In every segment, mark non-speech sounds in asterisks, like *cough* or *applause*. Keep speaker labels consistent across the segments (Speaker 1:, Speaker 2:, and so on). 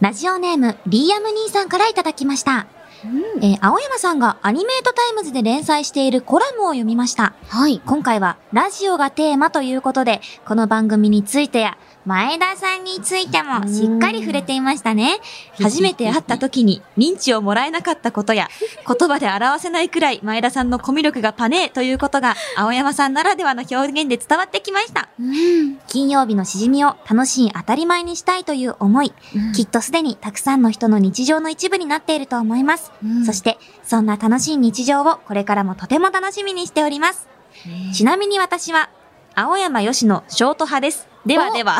Speaker 1: ラジオネーム、リーアム兄さんからいただきました。えー青山さんがアニメートタイムズで連載しているコラムを読みました。
Speaker 2: はい。
Speaker 1: 今回はラジオがテーマということで、この番組についてや、前田さんについてもしっかり触れていましたね。初めて会った時に認知をもらえなかったことや、言葉で表せないくらい前田さんのコミュ力がパネーということが、青山さんならではの表現で伝わってきました。
Speaker 2: うん。
Speaker 1: 金曜日のしじみを楽しい当たり前にしたいという思い、きっとすでにたくさんの人の日常の一部になっていると思います。
Speaker 2: うん
Speaker 1: そして、そんな楽しい日常をこれからもとても楽しみにしております。ちなみに私は、青山よしのショート派です。ではでは。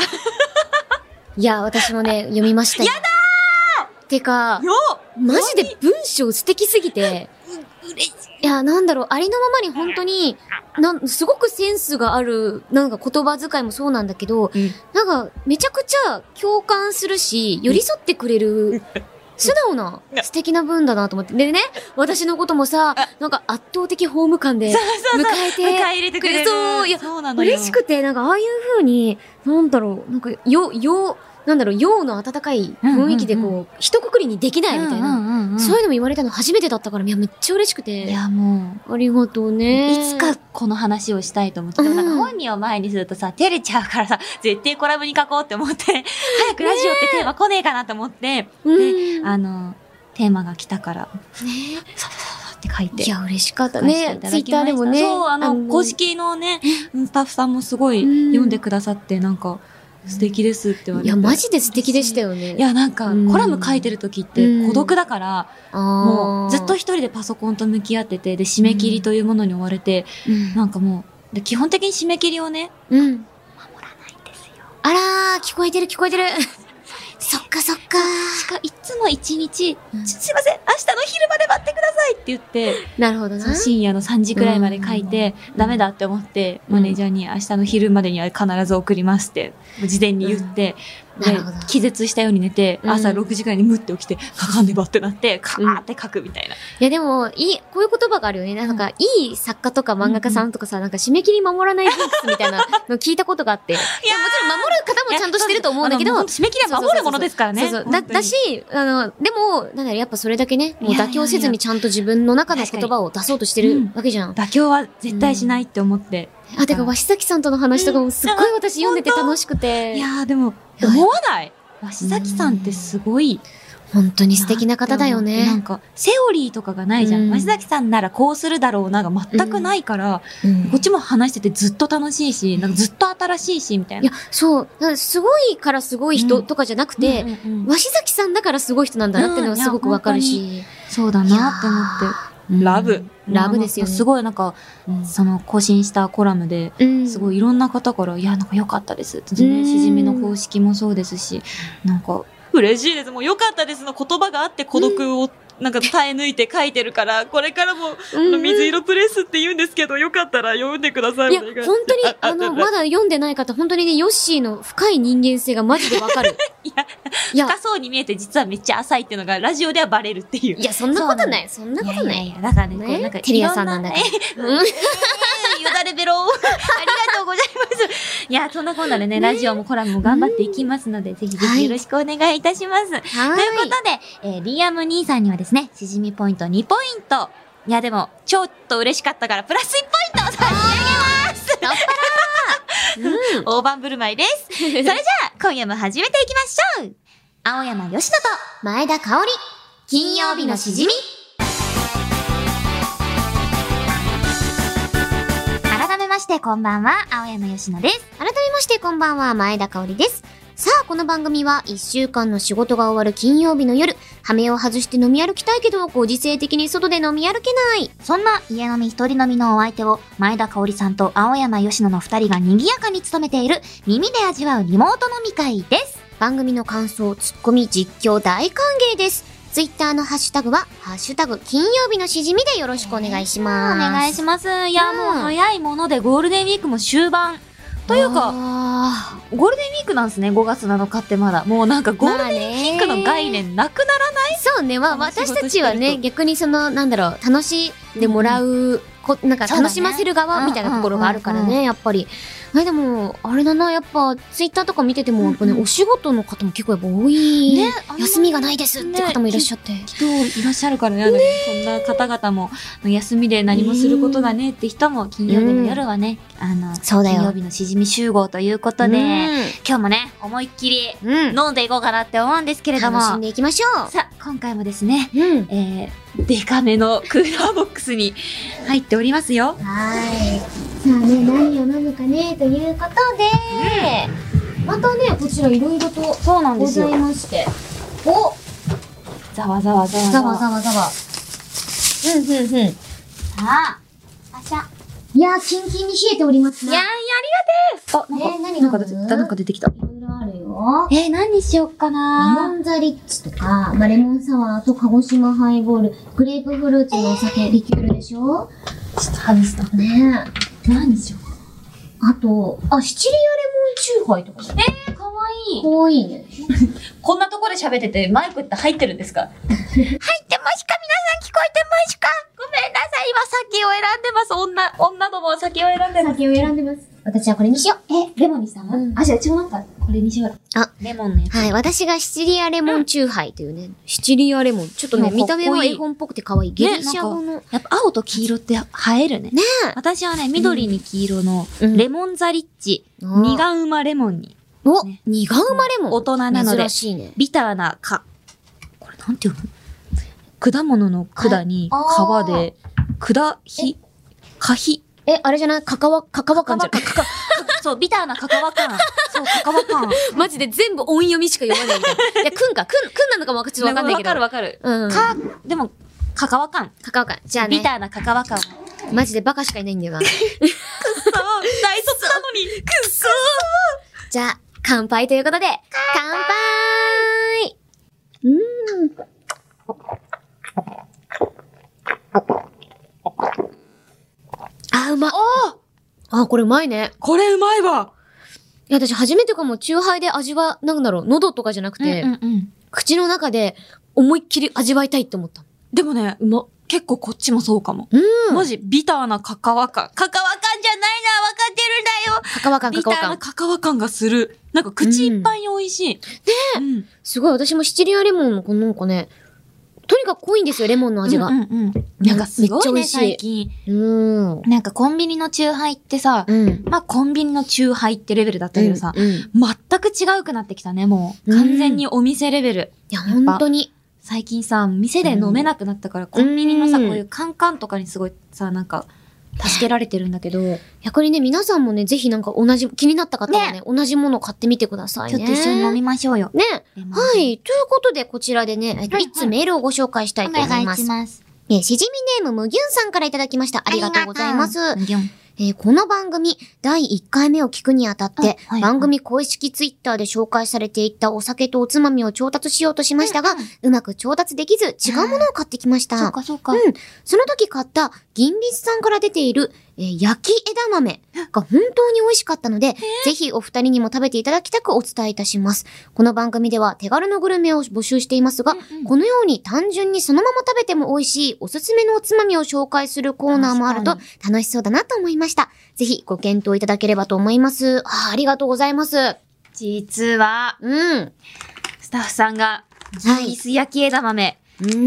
Speaker 2: いや、私もね、読みましたよ。やだーてか、
Speaker 1: *laughs* よ
Speaker 2: マジで文章素敵すぎて、
Speaker 1: う嬉しい。
Speaker 2: いや、なんだろう、ありのままに本当に、なん、すごくセンスがある、なんか言葉遣いもそうなんだけど、
Speaker 1: うん
Speaker 2: なんか、めちゃくちゃ共感するし、寄り添ってくれる、素直な、素敵な文だなと思って。でね、私のこともさ、なんか圧倒的ホーム感で、迎えて、
Speaker 1: 迎え入れてくれる。
Speaker 2: そういや
Speaker 1: そうなのよ。
Speaker 2: 嬉しくて、なんかああいう風に、なんだろう、なんか、よ、よ、なんだろう、ようの温かい雰囲気でこう、
Speaker 1: うんう
Speaker 2: 一括りにできないみたいな、
Speaker 1: うんうんうん
Speaker 2: そういうのも言われたの初めてだったから、いや、めっちゃ嬉しくて。
Speaker 1: いやもう。
Speaker 2: ありがとうね。
Speaker 1: いつかこの話をしたいと思って、でもなんか
Speaker 2: うん
Speaker 1: 本人を前にするとさ、照れちゃうからさ、絶対コラムに書こうって思って、早くラジオってテーマ来ねえかなと思って、
Speaker 2: うん、
Speaker 1: あの、テーマが来たから、
Speaker 2: ね
Speaker 1: さささって書いて。
Speaker 2: いや、嬉しかった
Speaker 1: 返して
Speaker 2: ね
Speaker 1: い。ただ
Speaker 2: ツイッ
Speaker 1: きま
Speaker 2: タ
Speaker 1: した
Speaker 2: ーでもね。
Speaker 1: そう、あの、公式のね、うんスタッフさんもすごい
Speaker 2: うん
Speaker 1: 読んでくださって、なんか、素敵ですって言われて。
Speaker 2: いや、マジで素敵でしたよね。
Speaker 1: いや、なんか、
Speaker 2: うん
Speaker 1: コラム書いてる時って孤独だから、
Speaker 2: あー、
Speaker 1: もうずっと一人でパソコンと向き合ってて、で、締め切りというものに追われて、
Speaker 2: うん、
Speaker 1: なんかもう、で基本的に締め切りをね、
Speaker 2: うん。
Speaker 1: 守らないんですよ。
Speaker 2: あらー、聞こえてる聞
Speaker 1: *laughs*
Speaker 2: こえてる。そっかそっか
Speaker 1: しか、いつも一日、
Speaker 2: うん
Speaker 1: ちすいません、明日の昼まで待ってくださいって言って、
Speaker 2: なるほど
Speaker 1: そ
Speaker 2: な
Speaker 1: う。深夜の3時くらいまで書いて、
Speaker 2: うん
Speaker 1: ダメだって思って、
Speaker 2: うん
Speaker 1: マネージャーに明日の昼までには必ず送りますって、事前に言って、
Speaker 2: うん
Speaker 1: で
Speaker 2: なるほど、
Speaker 1: 気絶したように寝て、
Speaker 2: うん
Speaker 1: 朝6時くらいにムッて起きて、書かんねばってなって、カーって書くみたいな。
Speaker 2: いやでも、いい、こういう言葉があるよね。なんか、いい作家とか漫画家さんとかさ、なんか締め切り守らないジンクスみたいなの聞いたことがあ *laughs* って。いや、もちろん守る方もちゃんとしてると思うんだけ
Speaker 1: いや
Speaker 2: ど
Speaker 1: そうで、すあのもう締め切りは守るものですからね。
Speaker 2: そうそうだ
Speaker 1: 本当に
Speaker 2: だし、あの、でも、なんだろう、やっぱそれだけね、もう
Speaker 1: いやいやいや
Speaker 2: 妥協せずにちゃんと自分の中の言葉を出そうとして
Speaker 1: う
Speaker 2: る
Speaker 1: ん
Speaker 2: わけじゃん。
Speaker 1: 妥協は絶対しないって思って。
Speaker 2: あ、てか、鷲崎さんとの話とかもすっごい私読んでて
Speaker 1: うん
Speaker 2: 楽しくて。
Speaker 1: いやーでも、思わない鷲崎さんってすごい。
Speaker 2: 本当に素敵な方だよ
Speaker 1: な
Speaker 2: ね
Speaker 1: ん。か、セオリーとかがないじゃ。
Speaker 2: うんん
Speaker 1: 鷲崎さんならこうするだろうなが全くないから、
Speaker 2: うん
Speaker 1: こっちも話しててずっと楽しいし、なんかずっと新しいし、みたい
Speaker 2: い
Speaker 1: な
Speaker 2: や。、そう、なんかすごいからすごい人とかじゃなくて、
Speaker 1: うんうんうん
Speaker 2: 鷲崎さんだからすごい人なんだなっていうのはすごくわかる
Speaker 1: うん
Speaker 2: し。
Speaker 1: そうだなって思って。
Speaker 2: うん
Speaker 1: ラブ。
Speaker 2: ラブですよね。
Speaker 1: すごいなんか、その更新したコラムで、
Speaker 2: うん
Speaker 1: すごいいろんな方から、いや、なんか良かったですって
Speaker 2: う
Speaker 1: ね、
Speaker 2: ん
Speaker 1: しじみの公式もそうですし、なんか、嬉しいです。もう良かったですの言葉があって孤独を、なんか耐え抜いて書いてるから、これからも、
Speaker 2: うんうん
Speaker 1: 色プレスって言うんですけど、よかったら読んでくださ
Speaker 2: いや、本当に、あの、まだ読んでない方、本当にね、ヨッシーの深い人間性がマジでわかる。
Speaker 1: いや、
Speaker 2: いや、
Speaker 1: 深そうに見えて実はめっちゃ浅いっていうのが、ラジオではバレるっていう。
Speaker 2: いや、そんなことない。そんなこと
Speaker 1: い
Speaker 2: な
Speaker 1: やい
Speaker 2: い。
Speaker 1: やいやだからね、こうなんか
Speaker 2: ね、テリアさんなんだから
Speaker 1: いろ。 *laughs*
Speaker 2: うん
Speaker 1: なよだれべろ。ありがとうございます。いや、そんなこんなでね、ラジオもコラムも頑張っていきますので、ぜひぜ
Speaker 2: はい
Speaker 1: ひよろしくお願いいたします。という
Speaker 2: は
Speaker 1: ことで、えーリアム兄さんにはですね、しじみポイント2ポイント。いや、でも、ちょっと嬉しかったから、プラス1ポイント差し上げます。
Speaker 2: いうん
Speaker 1: 大盤振る舞いです。
Speaker 2: *laughs*
Speaker 1: それじゃあ、今夜も始めていきましょう青山よしとと、
Speaker 2: 前田香織、金曜日のしじみ。
Speaker 1: 改めましてこんばんは、青山よしのです。
Speaker 2: 改めまして、こんばんは、前田香織です。さあ、この番組は、一週間の仕事が終わる金曜日の夜、羽目を外して飲み歩きたいけど、ご時世的に外で飲み歩けない。
Speaker 1: そんな家飲み一人飲みのお相手を、前田香織さんと青山よしのの二人が賑やかに務めている、耳で味わうリモート飲み会です。
Speaker 2: 番組の感想、ツッコミ、実況大歓迎です。ツイッターのハッシュタグは、ハッシュタグ、金曜日のしじみでよろしくお願いし
Speaker 1: お
Speaker 2: ます。
Speaker 1: 願いします。いや、
Speaker 2: うん
Speaker 1: もう早いものでゴールデンウィークも終盤。というか、
Speaker 2: か、
Speaker 1: ゴールデンウィークなんですね、5月7日ってまだ。もうなんかゴールデンウィークの概
Speaker 2: まあね
Speaker 1: 念なくならない
Speaker 2: そうね、まあ、
Speaker 1: この仕
Speaker 2: 私
Speaker 1: 事
Speaker 2: たちは
Speaker 1: してる
Speaker 2: ね、
Speaker 1: と
Speaker 2: 逆にその、なんだろう、楽しんでもらうこなんか
Speaker 1: そうだね
Speaker 2: 楽しませる側みたいなところがあるから
Speaker 1: うんうんうん
Speaker 2: ね、やっぱり。え、でも、あれだな、やっぱ、ツイッターとか見てても、やっぱね、
Speaker 1: うんうん
Speaker 2: お仕事の方も結構やっぱ多い。
Speaker 1: ねあんまり
Speaker 2: 休みがないですって方もいらっしゃって。
Speaker 1: 人いらっしゃるからね、あのそんな方々も、休みで何もすることがねって人も、金曜日の夜はね、あの、
Speaker 2: そうだよ
Speaker 1: 金曜日のしじみ集合ということで、今日もね、思いっきり
Speaker 2: うん。うん。
Speaker 1: 飲んでいこうかなって思うんですけれども、
Speaker 2: 楽しん
Speaker 1: さ
Speaker 2: でいきましょ
Speaker 1: あ、今回もですね、
Speaker 2: う。うん。
Speaker 1: えー、デカめのクーラーボックスに入っておりますよ。
Speaker 2: はい。さあね、何を飲むかね、ということで、またね、こちらいろいろと
Speaker 1: そうなん
Speaker 2: ござい。まして。お
Speaker 1: ざわざわざわざ
Speaker 2: ざ
Speaker 1: わ
Speaker 2: わざわざわ。うん、うん、うん。
Speaker 1: さあ、あしゃ。
Speaker 2: いやー、キンキンに冷えております
Speaker 1: い
Speaker 2: ね。
Speaker 1: やーん、ありがてえ。
Speaker 2: ねえ何飲む
Speaker 1: なんか出てきた、なんか出てきた。
Speaker 2: いろいろあるよ。
Speaker 1: えー、何にしよっか
Speaker 2: レモ
Speaker 1: な
Speaker 2: ンザリッチとか、まあ、レモンサワーと鹿児島ハイボール、グレープフルーツのお酒、リキュールでしょ
Speaker 1: ちょっと外した。
Speaker 2: ねえ。
Speaker 1: 何にしようか。
Speaker 2: あと、あ、シチリアレモンチューハイとか。
Speaker 1: えー、かわい
Speaker 2: かわいいね。
Speaker 1: こんなとこで喋ってて、マイクって入ってるんですか入ってますか皆さん聞こえてますかごめんなさい、今酒を選んでます。女、女どもは酒を選んでます。
Speaker 2: 酒を選んでます。私はこれにしよう。
Speaker 1: え、レモンにしたの、
Speaker 2: うん
Speaker 1: あ、じゃあ、ちょ、なんか、これにしよう。
Speaker 2: あ、
Speaker 1: レモンのやつ。
Speaker 2: はい、私がシチリアレモンチューハイというね、シチリアレモン。ちょっとね、
Speaker 1: なん
Speaker 2: 見
Speaker 1: かか
Speaker 2: た
Speaker 1: っこいい
Speaker 2: 目は絵本っぽくて可愛い。ギリシャ語の。
Speaker 1: やっぱ青と黄色って映えるね。
Speaker 2: ね
Speaker 1: 私はね、緑に黄色の、
Speaker 2: うん
Speaker 1: レモンザリッチ、
Speaker 2: うん
Speaker 1: 苦馬レモンに。
Speaker 2: お、
Speaker 1: ね
Speaker 2: 苦うまレモン。
Speaker 1: 大人なので
Speaker 2: 珍しいね。
Speaker 1: ビターなか、これなんて読む果物の管に
Speaker 2: は
Speaker 1: 皮
Speaker 2: いあー
Speaker 1: で、果ひ、果ひ。
Speaker 2: え、あれじゃないカカワ、カカワ感じゃない
Speaker 1: かかそう、ビターなカカワ感。そう、カカワ感。
Speaker 2: マジで全部音読みしか読まないみたい *laughs* な。いや、くんか、くん、くんなのかもちょっとわかんないけど。
Speaker 1: わかるわかる。
Speaker 2: うん。か、
Speaker 1: か、でも、カカワ感。
Speaker 2: カカオか。じゃあ
Speaker 1: ビ
Speaker 2: ね
Speaker 1: タ、ーなカカワ感。
Speaker 2: マジでバカしかいないんだよな。
Speaker 1: 大卒なのに。くっそ
Speaker 2: じゃあ、乾杯ということで、乾杯うん。あ、うま。あ、これうまいね。
Speaker 1: これうまいわ。
Speaker 2: いや、私初めてかも、チューハイで味が、なんだろう、喉とかじゃなく
Speaker 1: うんう
Speaker 2: て、
Speaker 1: んうん。
Speaker 2: 口の中で思いっきり味わいたいって思った。
Speaker 1: でもね、
Speaker 2: うま。
Speaker 1: 結構こっちもそうかも。
Speaker 2: うん。
Speaker 1: マジ、ビターなカカワ感。カカワ感じゃないな、わかってるんだよ。
Speaker 2: カカワ感、カ
Speaker 1: ビ
Speaker 2: カ
Speaker 1: タ
Speaker 2: ワ
Speaker 1: ー
Speaker 2: 感
Speaker 1: な。カカワ感がする。なんか口いっぱいに美味しい。ねえ、うん、
Speaker 2: すごい、私もシチリアレモンのこのなんかね、とにかく濃いんですよ、レモンの味が。
Speaker 1: う
Speaker 2: うん
Speaker 1: うんうん、なんかすごいね、
Speaker 2: めっちゃ美
Speaker 1: 最
Speaker 2: 味
Speaker 1: 近。
Speaker 2: ーん。
Speaker 1: なんかコンビニのチューハイってさ、
Speaker 2: うん。
Speaker 1: まあコンビニのチューハイってレベルだったけどさ、
Speaker 2: うん。い
Speaker 1: 全く違うくなってきたね、もう。
Speaker 2: うん
Speaker 1: 完全にお店レベル。
Speaker 2: や、本当に。
Speaker 1: 最近さ、店で飲めなくなったから、コンビニのさ、こ
Speaker 2: う
Speaker 1: うんいうカンカンとかにすごいさ、なんか、助けられてるんだけど、
Speaker 2: 逆にね、皆さんもね、ぜひなんか同じ、気になった方はね、同じもの買ってみてください
Speaker 1: ちょ
Speaker 2: ね。
Speaker 1: っと一緒に飲みましょうよ。
Speaker 2: ね。
Speaker 1: レモン
Speaker 2: は。い。ということで、こちらでね、えっと
Speaker 1: はい
Speaker 2: 一通メールをご紹介したいと思います。
Speaker 1: ます。
Speaker 2: えーしじみネームむぎゅんさんからいただきました。ありがとうございます。
Speaker 1: ありがとう
Speaker 2: えーこの番組、第1回目を聞くにあたって、
Speaker 1: あはい
Speaker 2: 番組公式ツイッターで紹介されていたお酒とおつまみを調達しようとしましたが、う
Speaker 1: うんうん
Speaker 2: まく調達できず、違うものを買ってきました。
Speaker 1: そうか、そうか。
Speaker 2: うん。その時買った、銀筆さんから出ている、えー焼き枝豆が本当に美味しかったので、ぜひお二人にも食べていただきたくお伝えいたします。この番組では手軽なグルメを募集していますが、
Speaker 1: うんうん
Speaker 2: このように単純にそのまま食べても美味しいおすすめのおつまみを紹介するコーナーもあると
Speaker 1: 確
Speaker 2: 楽しそうだなと思いました。ぜひご検討いただければと思います。あーありがとうございます。
Speaker 1: 実は、
Speaker 2: うん。
Speaker 1: スタッフさんが、ギリス焼き枝豆、
Speaker 2: うん
Speaker 1: 用意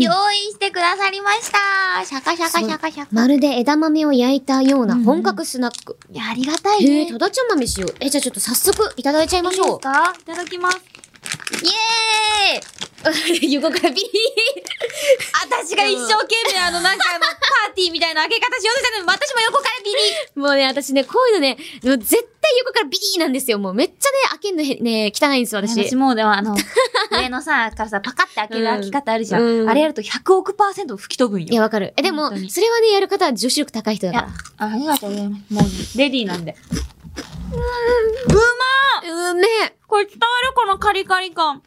Speaker 1: してくださりました。シャカシャカシャカシャカ。
Speaker 2: まるで枝豆を焼いたような本格スナック。
Speaker 1: いや、ありがたい
Speaker 2: へえ、
Speaker 1: ね。
Speaker 2: ただちゃん豆しよう。え、じゃあちょっと早速いただいちゃいまし
Speaker 1: いいで
Speaker 2: ょう
Speaker 1: す。かいただきます。
Speaker 2: イエーイ横からビリ
Speaker 1: 私が一生懸命あの、なんかあの、パーティーみたいな開け方しようとしたのに、私も横からビリ
Speaker 2: ー。 *laughs* もうね、私ね、こういうのね、もう絶対横からビリーなんですよ。もうめっちゃね、開けんのへね、汚いんですよ、私。
Speaker 1: 私もうでもあの、 *laughs* 上のさ、からさ、パカって開ける開き方あるじゃん。
Speaker 2: うん
Speaker 1: あれやると100億パーセント吹き飛ぶんよ。
Speaker 2: いや、わかる。え、でも
Speaker 1: 本当、に
Speaker 2: それはね、やる方は女子力高い人だから。
Speaker 1: ありがとうございます。もう、レディーなんで。
Speaker 2: うめえ
Speaker 1: これ伝わるこのカリカリ感。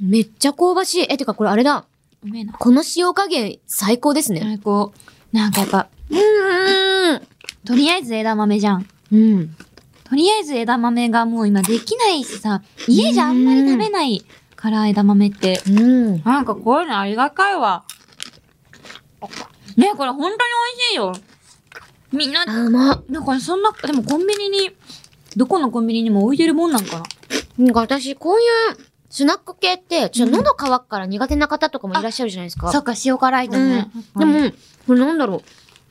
Speaker 2: めっちゃ香ばしい。え、てかこれあれだ。
Speaker 1: うめえな。
Speaker 2: この塩加減、最高ですね。
Speaker 1: 最高。なんかやっぱ、
Speaker 2: うんうん
Speaker 1: とりあえず枝豆じゃん。
Speaker 2: うん。うん。
Speaker 1: とりあえず枝豆がもう今できないしさ、家じゃあんまり食べないから枝豆って。
Speaker 2: うん。
Speaker 1: なんかこういうのありがたいわ。ねこれ本当に美味しいよ。みんな、
Speaker 2: あ、うまっ。
Speaker 1: なんかそんな、でもコンビニに、どこのコンビニにも置いてるもんなんかな。
Speaker 2: なんか私、こういうスナック系って、ちょっと
Speaker 1: うん
Speaker 2: 喉乾くから苦手な方とかもいらっしゃるじゃないですか。
Speaker 1: っか、塩辛い
Speaker 2: とね。で
Speaker 1: でも、
Speaker 2: も、これなんだろう。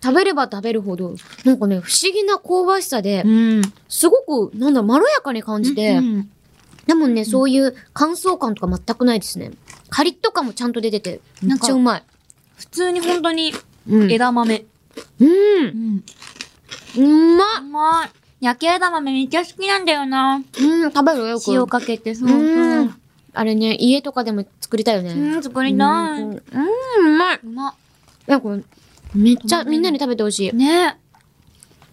Speaker 2: 食べれば食べるほど、なんかね、不思議な香ばしさで、
Speaker 1: ん。
Speaker 2: すごく、なんだ、まろやかに感じて、
Speaker 1: うん
Speaker 2: でもね、そういう乾燥感とか全くないですね。カリッと感もちゃんと出てて、めっちゃうまい。
Speaker 1: 普通に本当に
Speaker 2: うん。
Speaker 1: 枝豆。
Speaker 2: うん。
Speaker 1: ん。
Speaker 2: うま
Speaker 1: う
Speaker 2: っ。
Speaker 1: まい。焼き枝豆めっちゃ好きなんだよな。
Speaker 2: うん、食べるよく。
Speaker 1: 塩かけて、そうう。
Speaker 2: ん。あれね、家とかでも作りたいよね。
Speaker 1: うん、作りたい。
Speaker 2: う、
Speaker 1: うん
Speaker 2: うんうまい。
Speaker 1: ま。
Speaker 2: なんか、めっちゃみんなに食べてほしい。
Speaker 1: ね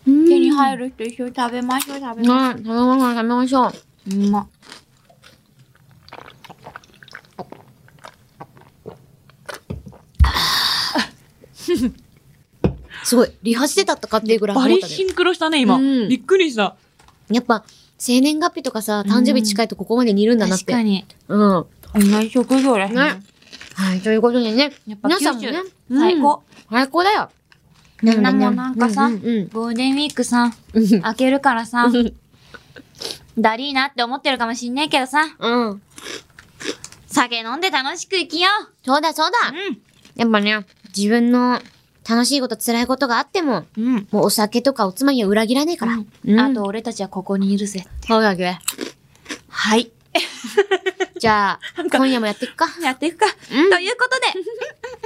Speaker 2: 手
Speaker 1: 手に入
Speaker 2: る。
Speaker 1: る人一緒に食べましょう、食べ
Speaker 2: うん、
Speaker 1: ましょ
Speaker 2: 食べましょう、食べましょう。
Speaker 1: う。うま。
Speaker 2: すごい、リハしてたったかっていうぐらい
Speaker 1: バ
Speaker 2: ハマっ
Speaker 1: リ
Speaker 2: たね
Speaker 1: シンクロしたね、今。
Speaker 2: うん
Speaker 1: びっくりした。
Speaker 2: やっぱ、生年月日とかさ、誕生日近いとここまで似るんだなって。
Speaker 1: に。
Speaker 2: うん。は
Speaker 1: 同じ職業だしね
Speaker 2: ね。い、ということでね、
Speaker 1: やっぱ
Speaker 2: 皆さん
Speaker 1: 九
Speaker 2: も
Speaker 1: 州
Speaker 2: ね、
Speaker 1: 最高。
Speaker 2: 最高だよ。
Speaker 1: みんなもなんかさ
Speaker 2: うんうん
Speaker 1: ゴールデンウィークさ、
Speaker 2: うん。うん
Speaker 1: 開けるからさ、だりーなって思ってるかもしんないけどさ、
Speaker 2: うん。
Speaker 1: 酒飲んで楽しく生きよ
Speaker 2: そうだそうだ。やっぱね、自分の楽しいこと辛いことがあっても、
Speaker 1: ううん。
Speaker 2: もうお酒とかおつまみは裏切らねえから。
Speaker 1: うん。あと、、俺たちはここにいるぜ。
Speaker 2: そうだけ。
Speaker 1: はい。
Speaker 2: じゃあ
Speaker 1: なん、か
Speaker 2: 今夜もやっていくか。
Speaker 1: やっていくか。
Speaker 2: うん
Speaker 1: ということ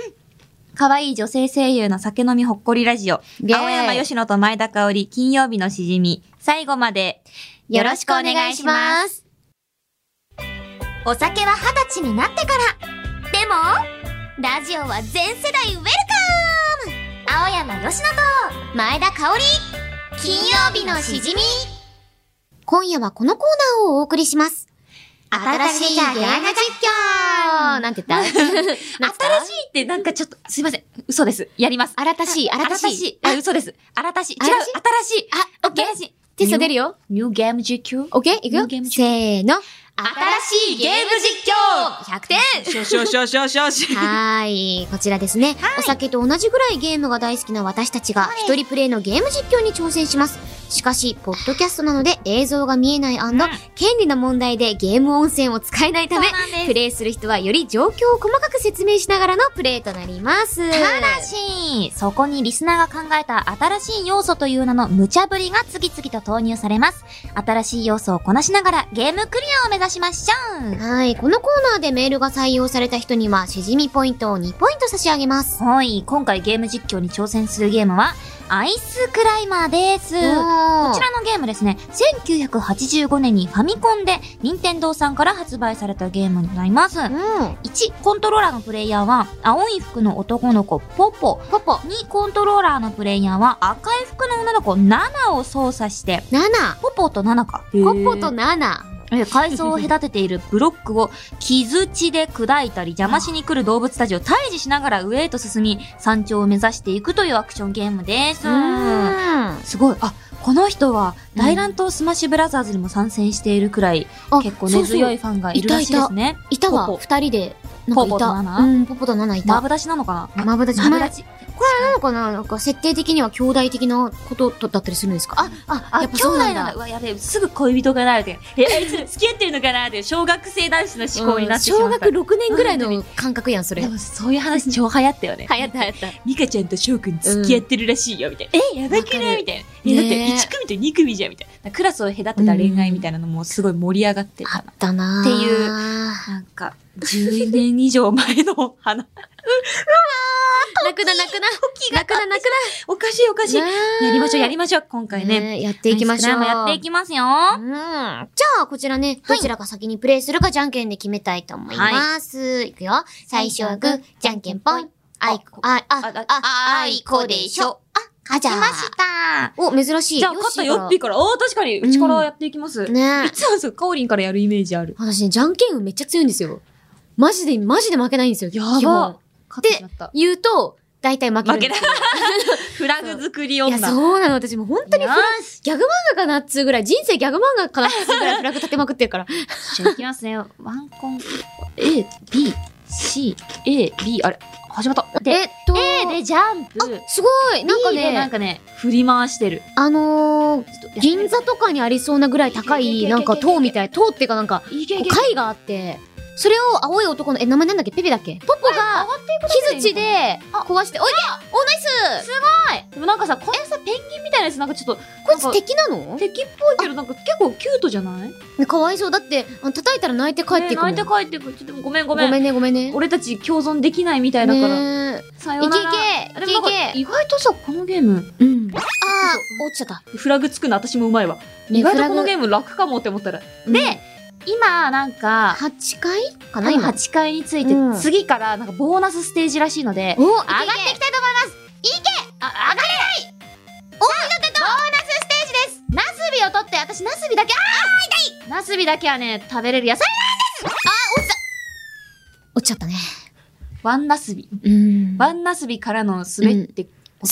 Speaker 1: で、 *laughs* 可愛い女性声優の酒飲みほっこりラジオ、
Speaker 2: イエーイ
Speaker 1: 青山吉野と前田香織、金曜日のしじみ、最後まで、。
Speaker 2: よろしくお願いします
Speaker 3: お酒は二十歳になってからでもラジオは全世代ウェルカム青山佳乃と前田香織金曜日のしじみ
Speaker 2: 今夜はこのコーナーをお送りします。
Speaker 3: 新しい出会いの実況
Speaker 2: なんて言った *laughs* 新し
Speaker 1: *laughs*
Speaker 2: い
Speaker 1: 新しいってなんかちょっと、すいません。嘘です。やります。
Speaker 2: 新しい、新しい。
Speaker 1: あ、嘘です。新しい。違う。
Speaker 2: 新しい
Speaker 1: 新しい。
Speaker 2: あ、オッケー
Speaker 1: 新しい。
Speaker 2: テスト出るよ。
Speaker 1: ニューゲーム実況
Speaker 2: オッケーいくよ。
Speaker 1: ゲーム
Speaker 2: せーの。
Speaker 3: 新しいゲーム実況
Speaker 2: 100点
Speaker 4: しょしょしょしょしょし。
Speaker 2: はーい。こちらですね。お酒と同じぐらいゲームが大好きな私たちが、一人プレイのゲーム実況に挑戦します。しかし、ポッドキャストなので映像が見えない権利の問題でゲーム音声を使えないため、プレイする人はより状況を細かく説明しながらのプレイとなります。
Speaker 1: ただし、そこにリスナーが考えた新しい要素という名の無茶ぶりが次々と投入されます。新しい要素をこなしながらゲームクリアを目指しましょう。
Speaker 2: はい。このコーナーでメールが採用された人には、しじみポイントを2ポイント差し上げます。
Speaker 1: はい、今回ゲーム実況に挑戦するゲームは、アイスクライマーです。
Speaker 2: お
Speaker 1: こ
Speaker 2: ー
Speaker 1: ちらのゲームですね、1985年にファミコンで任天堂さんから発売されたゲームになります。
Speaker 2: うん。
Speaker 1: 1、コントローラーのプレイヤーは、青い服の男の子、ポポ。
Speaker 2: ポポ、
Speaker 1: 2、コントローラーのプレイヤーは、赤い服の女の子、ナナを操作して、
Speaker 2: 7。
Speaker 1: ポポとナナか。
Speaker 2: ポポと7。
Speaker 1: え階層を隔てているブロックを木槌で砕いたり邪魔しに来る動物たちを退治しながら上へと進み山頂を目指していくというアクションゲームです。
Speaker 2: うん。
Speaker 1: すごい。あ、この人は大乱闘スマッシュブラザーズにも参戦しているくらい、
Speaker 2: あ
Speaker 1: 結構根強い。
Speaker 2: そうそう
Speaker 1: ファンがいるらしいですね。
Speaker 2: いたわ、
Speaker 1: ポポ
Speaker 2: 2人で。なんかい
Speaker 1: ポ
Speaker 2: た
Speaker 1: ポとナナ
Speaker 2: うん、ポポと7い
Speaker 1: マ
Speaker 2: た。
Speaker 1: ブダチなのかな
Speaker 2: マブダチ。
Speaker 1: マブ
Speaker 2: マブ
Speaker 1: ダ
Speaker 2: ダ
Speaker 1: チ。
Speaker 2: これあれなのかななんか設定的には兄弟的なことだったりするんですかあ、あ、
Speaker 1: あ、兄
Speaker 2: やっぱそう
Speaker 1: 弟
Speaker 2: なん
Speaker 1: なんだ。
Speaker 2: だ
Speaker 1: う。わ、やべえ、すぐ恋人がなるて。 *laughs* え、あいつ付き合ってるのかなっていう小学生男子の思考になってしま
Speaker 2: 小
Speaker 1: った。
Speaker 2: 学6年ぐらいの感覚やん、
Speaker 1: *laughs*
Speaker 2: それ。
Speaker 1: でもそういう話超流行ったよね。
Speaker 2: *laughs* 流行った流行った。
Speaker 1: *laughs* ミカちゃんと翔くん付き合ってるらしいよ、みたいな。え、やばくないみたいな。え、
Speaker 2: ね
Speaker 1: だって1組と2組じゃん、みたいな。クラスを隔てた恋愛みたいなのもすごい盛り上がって
Speaker 2: あ
Speaker 1: たな
Speaker 2: っ。たなぁ
Speaker 1: って
Speaker 2: *laughs*
Speaker 1: いうなんか、10年以上前の
Speaker 2: *laughs*
Speaker 1: 花。
Speaker 2: 泣くな泣く *laughs* な。泣くな泣く
Speaker 1: おかしいおかしい。や
Speaker 2: な。
Speaker 1: りましょう、や
Speaker 2: り
Speaker 1: りましょう、今回ね。
Speaker 2: やっていきまし
Speaker 1: アイ
Speaker 2: ょ
Speaker 1: スクライ
Speaker 2: う。
Speaker 1: マーやっていきますよ。
Speaker 2: うん。じゃあ、こちらね、どちらが先にプレイするかじゃんけんで決めたいと思います。い、くよ。最初はグー、じゃんけんぽん。あいこ、あ、あ、あ、あ、あいこでしょ。あ、あじゃ
Speaker 1: 来ました。
Speaker 2: あ。お、珍しい。
Speaker 1: じゃあ、勝った
Speaker 2: よ
Speaker 1: よ
Speaker 2: し
Speaker 1: っぴーから。おー、確かに、うちからやっていきます。い
Speaker 2: ね
Speaker 1: つもそう、かおりんからやるイメージある。
Speaker 2: 私ね、じゃんけん運めっちゃ強いんですよ。マジで、マジで負けないんですよ。
Speaker 1: や
Speaker 2: 基本
Speaker 1: ば。勝ってしまった。
Speaker 2: 言うと、大体負ける。
Speaker 1: 負けた
Speaker 2: い。
Speaker 1: フラグ作り
Speaker 2: や、
Speaker 1: 女。
Speaker 2: そうなの。私もう本当に
Speaker 1: よ
Speaker 2: フラギャグ漫画かなっつうぐらい、人生ギャグ漫画かなっつうぐらいフラグ立てまくってるから。
Speaker 1: じゃあ行きますね。ワンコン、A、B、C、A、B、あれ始まった。で、
Speaker 2: えっと、
Speaker 5: そう。
Speaker 1: A でジャンプ。
Speaker 2: すごいなんか
Speaker 1: B でなん
Speaker 2: ね、
Speaker 1: かね、振り回してる。
Speaker 2: あのー、
Speaker 1: ちょっとやってみる
Speaker 2: 銀座とかにありそうなぐらい高い、なんか塔みたい、塔っていうかなんか、
Speaker 1: いけい
Speaker 2: こ
Speaker 1: け。
Speaker 2: う貝があって、それを青い男の、え、名前なんだっけペペだっけポポが、木槌で壊して、おいでお、ナイス
Speaker 1: でもなんかさ、このさ、ペンギンみたいなやつなんかちょっと、
Speaker 2: こい
Speaker 1: な
Speaker 2: つ
Speaker 1: んか
Speaker 2: 敵なの
Speaker 1: 敵っぽいけど、なんか結構キュートじゃない
Speaker 2: かわいそう。だって、あの叩いたら泣いて帰ってくる。
Speaker 1: ね泣いて帰ってくる。ちょっとごめんご
Speaker 2: ご
Speaker 1: めん。
Speaker 2: めんね、ごめんね。
Speaker 1: 俺たち共存できないみたいだから。
Speaker 2: ね
Speaker 1: さ
Speaker 2: え
Speaker 1: よ
Speaker 2: いうけ
Speaker 1: ないら。
Speaker 2: け
Speaker 1: でも
Speaker 2: い
Speaker 1: なんか
Speaker 2: けい
Speaker 1: 意外とさ、このゲーム、
Speaker 2: けうん。あー、落ちちゃった。
Speaker 1: フラグつくの私もうまいわ。意外とこのゲーム楽かもって思ったら。
Speaker 2: で、
Speaker 1: 今、なんか、
Speaker 2: 8回かな
Speaker 1: 多分
Speaker 2: 今。
Speaker 1: 8階について、
Speaker 2: うん
Speaker 1: 次からなんかボーナスステージらしいので、
Speaker 2: お、上が
Speaker 1: 上がっていきたいと思いますいけあ、上がれない大きな出たボーナスステージですナスビを取って、私ナスビだけ、あー痛いナスビだけはね、食べれる野菜
Speaker 2: 落ちちゃったね。
Speaker 1: ワンナスビ。
Speaker 2: うん。
Speaker 1: ワンナスビからの滑って、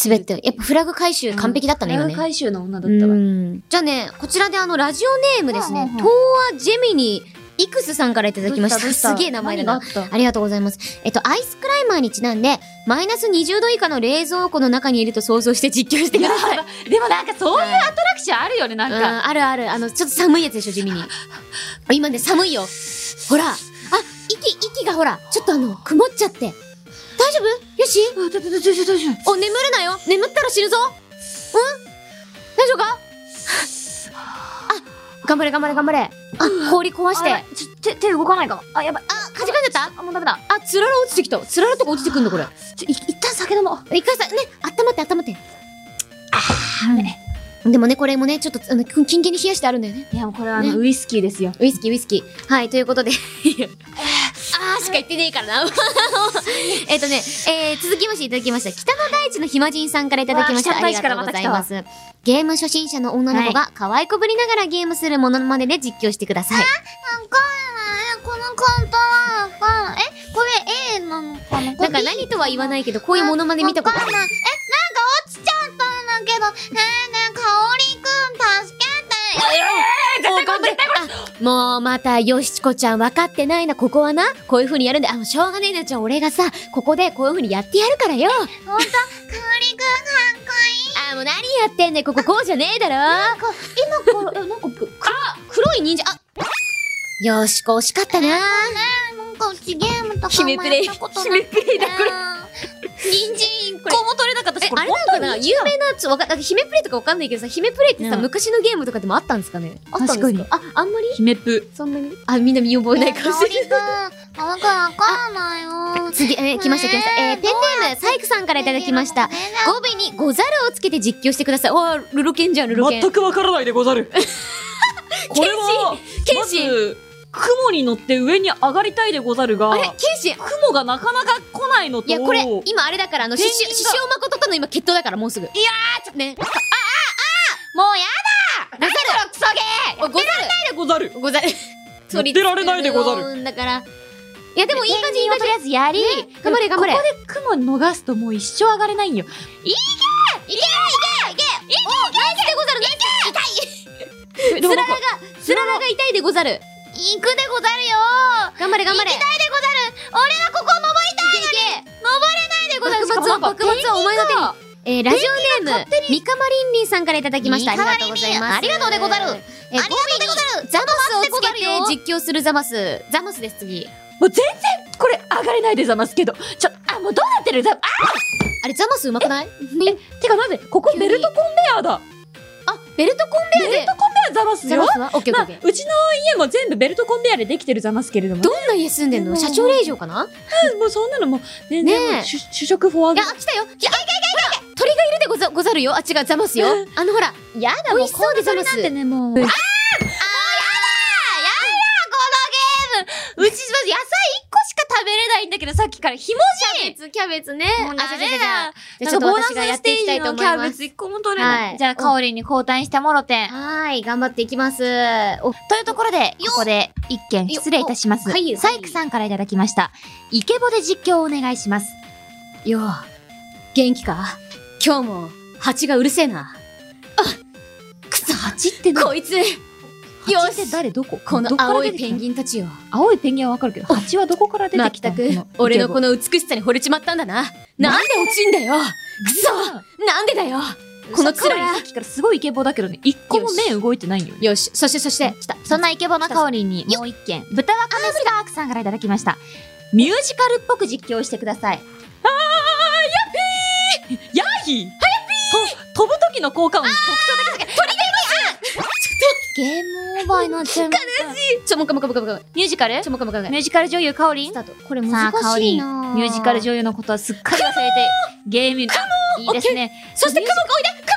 Speaker 2: 滑って。やっぱフラグ回収完璧だったね、今
Speaker 1: ラ
Speaker 2: ね
Speaker 1: グ。回収の女だったわ。
Speaker 2: うんじゃあね、こちらであの、ラジオネームです
Speaker 1: うん
Speaker 2: ね
Speaker 1: うん、うん
Speaker 2: 東亜ジェミニイクスさんからいただきました。
Speaker 1: どう
Speaker 2: すげえ名前だな。。
Speaker 1: 何があった
Speaker 2: ありがとうございます。えっと、アイスクライマーにちなんで、マイナス20度以下の冷蔵庫の中にいると想像して実況してください。うん
Speaker 1: でもなんかそういうアトラクションあるよね、なんか。
Speaker 2: あるある。あの、ちょっと寒いやつでしょ、地味に。今ね、寒いよ。ほら。あ、息、息がほら、ちょっとあの、曇っちゃって。大丈夫よし
Speaker 1: あ、だだだだだだ
Speaker 2: お、眠るなよ眠ったら死ぬぞうん大丈夫かあ、頑張れ頑張れ頑張れあ、氷壊し
Speaker 1: あ
Speaker 2: て
Speaker 1: や
Speaker 2: あ、
Speaker 1: ばいちょ手、手動かないかも。あ、やばい。
Speaker 2: かじかんじゃった
Speaker 1: あ、もうダメだ。
Speaker 2: あ、つらら落ちてきたつららとか落ちてくんだこれ
Speaker 1: ちょ、い一旦酒飲もう。
Speaker 2: 一回さ、ね、温まって温まってあでもね、これもね、ちょっと、あの、キンキンに冷やしてあるんだよね。
Speaker 1: いや、もうこれはあ
Speaker 2: ね
Speaker 1: の、ウイスキーですよ。
Speaker 2: ウイスキー、ウイスキー。はい、ということで。
Speaker 3: *laughs*
Speaker 2: あーしか言ってねえからな。 *laughs* えっとね、えー、続きましていただきました。北の大地のひまじんさんからいただきました。
Speaker 1: うわ北
Speaker 2: あ
Speaker 1: の大
Speaker 2: りが
Speaker 1: 地か
Speaker 2: と
Speaker 1: ら
Speaker 2: うご
Speaker 1: また
Speaker 2: ざ
Speaker 1: 来
Speaker 2: い
Speaker 1: たわ
Speaker 2: ます。ゲーム初心者の女の子が可愛くぶりながらゲームするものまねで実況してください。
Speaker 3: この簡単はわかんない。え、これ A なのかな
Speaker 2: なんか何とは言わないけど、こういうものまね見たことあ
Speaker 3: わかん
Speaker 2: る。
Speaker 3: ないえ、なんか落ちちゃったんだけど、ねえねえ、かおりくん助けてよ。
Speaker 2: もうまた、よしこちゃん分かってないな、ここはな。こういう風にやるんで、あ、もうしょうがねえな、じゃあ俺がさ、ここでこういう風にやってやるからよ。
Speaker 3: ほんと、かおりくんかっこいい。
Speaker 2: あ、もう何やってんねんこここうじゃねえだろなんか、今これ、なんか、あ黒い忍者、あよしこ惜しかったな
Speaker 3: なんかうちゲーム
Speaker 2: *laughs*
Speaker 3: とかも
Speaker 2: 姫プレ
Speaker 3: やっ
Speaker 2: イ
Speaker 3: たことなくて。
Speaker 2: 姫プレイだこれ
Speaker 3: 人参こ
Speaker 2: こ
Speaker 3: れ。
Speaker 2: も取れなかったし、これあれなのかな有名な、ちょ、わかんなんか姫プレイとかわかんないけどさ、姫プレイってさ、
Speaker 1: うん
Speaker 2: 昔のゲームとかでもあったんですかねあったんですか
Speaker 1: 確かに
Speaker 2: あ、あんまり
Speaker 1: 姫プ。
Speaker 2: そんなにあ、みんな見覚えない
Speaker 3: ね
Speaker 2: か
Speaker 3: え
Speaker 2: も
Speaker 3: かお
Speaker 2: し
Speaker 3: り
Speaker 2: れない。
Speaker 3: くん、あ、僕わかんないよ。
Speaker 2: *laughs* 次、えー、来ました来ました。えー、ペンネーム、サイクさんからいただきました。
Speaker 3: ねえ
Speaker 2: 語尾にござるをつけて実況してください。おー、ルロケンじゃん、ルロケン。
Speaker 6: 全くわからないでござ
Speaker 1: *laughs*
Speaker 6: る。これは、
Speaker 2: 剣
Speaker 6: ま
Speaker 2: 心
Speaker 6: ず、雲に乗って上に上がりたいでござるが
Speaker 2: あ、れ、ケンシン
Speaker 6: 雲がなかなか来ないのと、
Speaker 2: いや、これ、今あれだから、あの、し
Speaker 6: ペン
Speaker 2: し、
Speaker 6: ギンが
Speaker 2: ししおまこととの今決闘だから、もうすぐ。いやー、ちょっとね。
Speaker 1: もうや
Speaker 2: ござる
Speaker 1: クソゲ
Speaker 2: おござ
Speaker 6: でござる。
Speaker 2: るござる。
Speaker 6: やってられないでござる
Speaker 2: る。だから。いや、でもいい感じ、い
Speaker 1: ー
Speaker 2: い感
Speaker 1: とりあえずやり、
Speaker 2: じ。頑張れ、頑張れ
Speaker 1: こ。こで雲逃すともう一生上がれないんよ。
Speaker 2: ナイスでござる、ナイス痛いつららが、つららが痛いでござる。
Speaker 3: 行くでござるよ
Speaker 2: 頑張れ、頑張れ。痛いでござる。俺はここ登りたいのに登れないでござる。
Speaker 1: しかもなん
Speaker 2: 幕末
Speaker 1: か
Speaker 2: は、幕末はお前の手に。えー、ラジオネーム、三河りんりんさんからいただきました。あ
Speaker 3: 三
Speaker 2: り
Speaker 3: 河
Speaker 2: がとうございます。
Speaker 3: りんりんありがとうでござる
Speaker 2: えー、
Speaker 3: ありがとうでござる
Speaker 2: ザマスをつ
Speaker 3: 待ってござる
Speaker 2: けて実況するザマス。ザマスです、次。
Speaker 1: もう全然、これ上がれないでざますけど。ちょ、あ、もうどうなってるざ、あ、
Speaker 2: あれ、ザマスうまくない
Speaker 1: てかなぜ、ここベルトコンベヤーだ。
Speaker 2: あ、ベルトコンベア
Speaker 1: ベル
Speaker 2: で
Speaker 1: トコンベヤーざます
Speaker 2: ザ
Speaker 1: よ
Speaker 2: マ。スはオッケーオ
Speaker 1: ま
Speaker 2: ッ
Speaker 1: あ
Speaker 2: ケーオッケ、
Speaker 1: うちの家も全部ベルトコンベヤーでできてるざますけれども
Speaker 2: ー。。どんな家住んでんの社長令嬢かな
Speaker 1: もうそんなのもう、全
Speaker 2: ね
Speaker 1: 然、
Speaker 2: え
Speaker 1: 主主食フォア
Speaker 2: い
Speaker 1: グ
Speaker 2: や、来たよ来たい鳥がいるでござござるよあ、違う、ザマスよ。あの、ほら、
Speaker 1: やだ
Speaker 2: 美味しそうでザマス。
Speaker 1: だってね、もう。
Speaker 2: うち、まず野菜1個しか食べれないんだけど、さっきからひもじいキャベツ、キャベツね。あ、
Speaker 1: ダメだ
Speaker 2: じゃあじゃあじゃあちょっと私がやっていきたいと思います。
Speaker 1: 一個も取
Speaker 2: はい。
Speaker 5: じゃあ、かおりんに交代してもろて。
Speaker 2: はーい、頑張っていきます。お、
Speaker 5: というところで、ここで一件失礼いたします。
Speaker 2: よおはい
Speaker 5: サイクさんからいただきました。イケボで実況をお願いします。
Speaker 2: よう、元気か今 *laughs* 日も、蜂がうるせえな。あくそ、
Speaker 5: 蜂ってな
Speaker 2: こいつ、
Speaker 1: 蜂って誰どこ
Speaker 2: この青いペン
Speaker 1: ギン。
Speaker 2: ギンたちよ。
Speaker 1: 青いペンギンはわかるけど、蜂はどこから出
Speaker 2: ま
Speaker 1: て
Speaker 2: き
Speaker 1: きた
Speaker 2: たく、俺のこ
Speaker 1: の
Speaker 2: の美しさに惚れちまったんだな。なんで落ちんだよくそなんでだよ
Speaker 1: イケボ、
Speaker 2: この
Speaker 1: さっきから
Speaker 2: 辛
Speaker 1: さっきからすごいイケボだけどね、一個も目動いてないんよね。
Speaker 2: い。よし、そしてそして、
Speaker 1: 来た。そんなイケボな香りにもう一件、豚若のスタークさんからいただきました。ミュージカルっぽく実況してください。
Speaker 4: ヤーヒー
Speaker 1: 飛ぶ時の効果音に特徴的だけど、
Speaker 2: ゲームオーバーになっちゃう。悲しいちょ、もうかもかもかもかも。
Speaker 1: ミュージカル
Speaker 2: ちょ、もうかもかもか
Speaker 1: ミ
Speaker 2: も。
Speaker 1: ュージカル女優かおりん
Speaker 2: スタート。これ
Speaker 1: さあ、
Speaker 2: 難
Speaker 1: かお
Speaker 2: し
Speaker 1: り
Speaker 2: い
Speaker 1: ん、
Speaker 2: な
Speaker 1: ミュージカル女優のことはすっかり忘れて、ゲームに、いいですね。
Speaker 2: そして、クモおいでクモ来て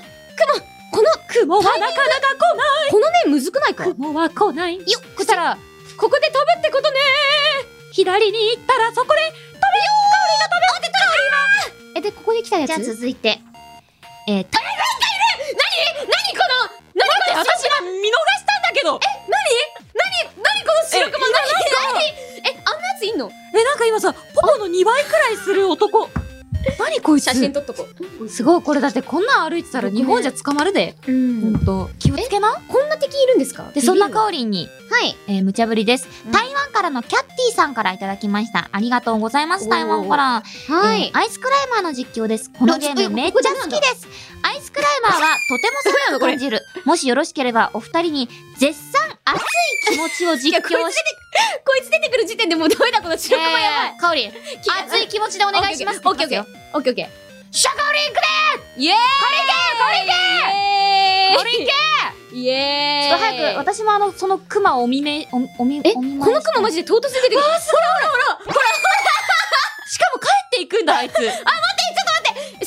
Speaker 2: あーク
Speaker 1: 雲
Speaker 2: モこ
Speaker 1: はなかなか
Speaker 2: の、このね、むずくないか
Speaker 1: 来ない雲は来ないよそしたら、
Speaker 2: ここで飛ぶってことね
Speaker 1: 左に行ったらそこで、
Speaker 2: え、で、ここで来たやつ
Speaker 7: じゃあ続いて。
Speaker 1: えー、た
Speaker 2: 何この何これ私は
Speaker 4: 見逃したんだけど
Speaker 2: 何この白クマ何何え、あんなやついんの
Speaker 1: え、なんか今さ、ポポの2倍くらいする男。何こいつ
Speaker 2: 写真撮っとこう。
Speaker 1: すごい、これだってこんなん歩いてたら日本じゃ捕まるで。
Speaker 2: うん
Speaker 1: ほんと。気をつけな。
Speaker 2: こんな敵いるんですか
Speaker 1: で、そんなかおりんに、
Speaker 7: はい。
Speaker 1: えー、無茶ぶりです、
Speaker 2: うん
Speaker 1: 台湾からのキャッティさんからいただきました。ありがとうございます、
Speaker 2: おー
Speaker 1: 台湾から。
Speaker 7: はい
Speaker 1: えーアイスクライマーの実況です。このゲー
Speaker 2: え
Speaker 1: ムめっちゃ好きです。アイスクライマーはとても寒く感 *laughs* じる。もしよろしければお二人に絶賛熱い気持ちを実況し
Speaker 2: こいつ出てくる時点でもうダメだ、この白クマやばい。
Speaker 7: かおりん、
Speaker 2: 熱
Speaker 7: 熱い気持ちでお
Speaker 2: お
Speaker 7: 願いします。
Speaker 2: オッケーオッケー。オッケーオッケー。シャカオリンくれイエーイこれいけこれいけイエ
Speaker 1: ち
Speaker 2: ーイ
Speaker 1: ょっと早く、
Speaker 2: く、
Speaker 1: 私もあの、その熊をお見め、お、おみ、
Speaker 2: え、
Speaker 1: お
Speaker 2: こ
Speaker 1: 見舞い
Speaker 2: の雲マジで唐突に出てくる。
Speaker 1: しかも帰っていくんだ、あいつ。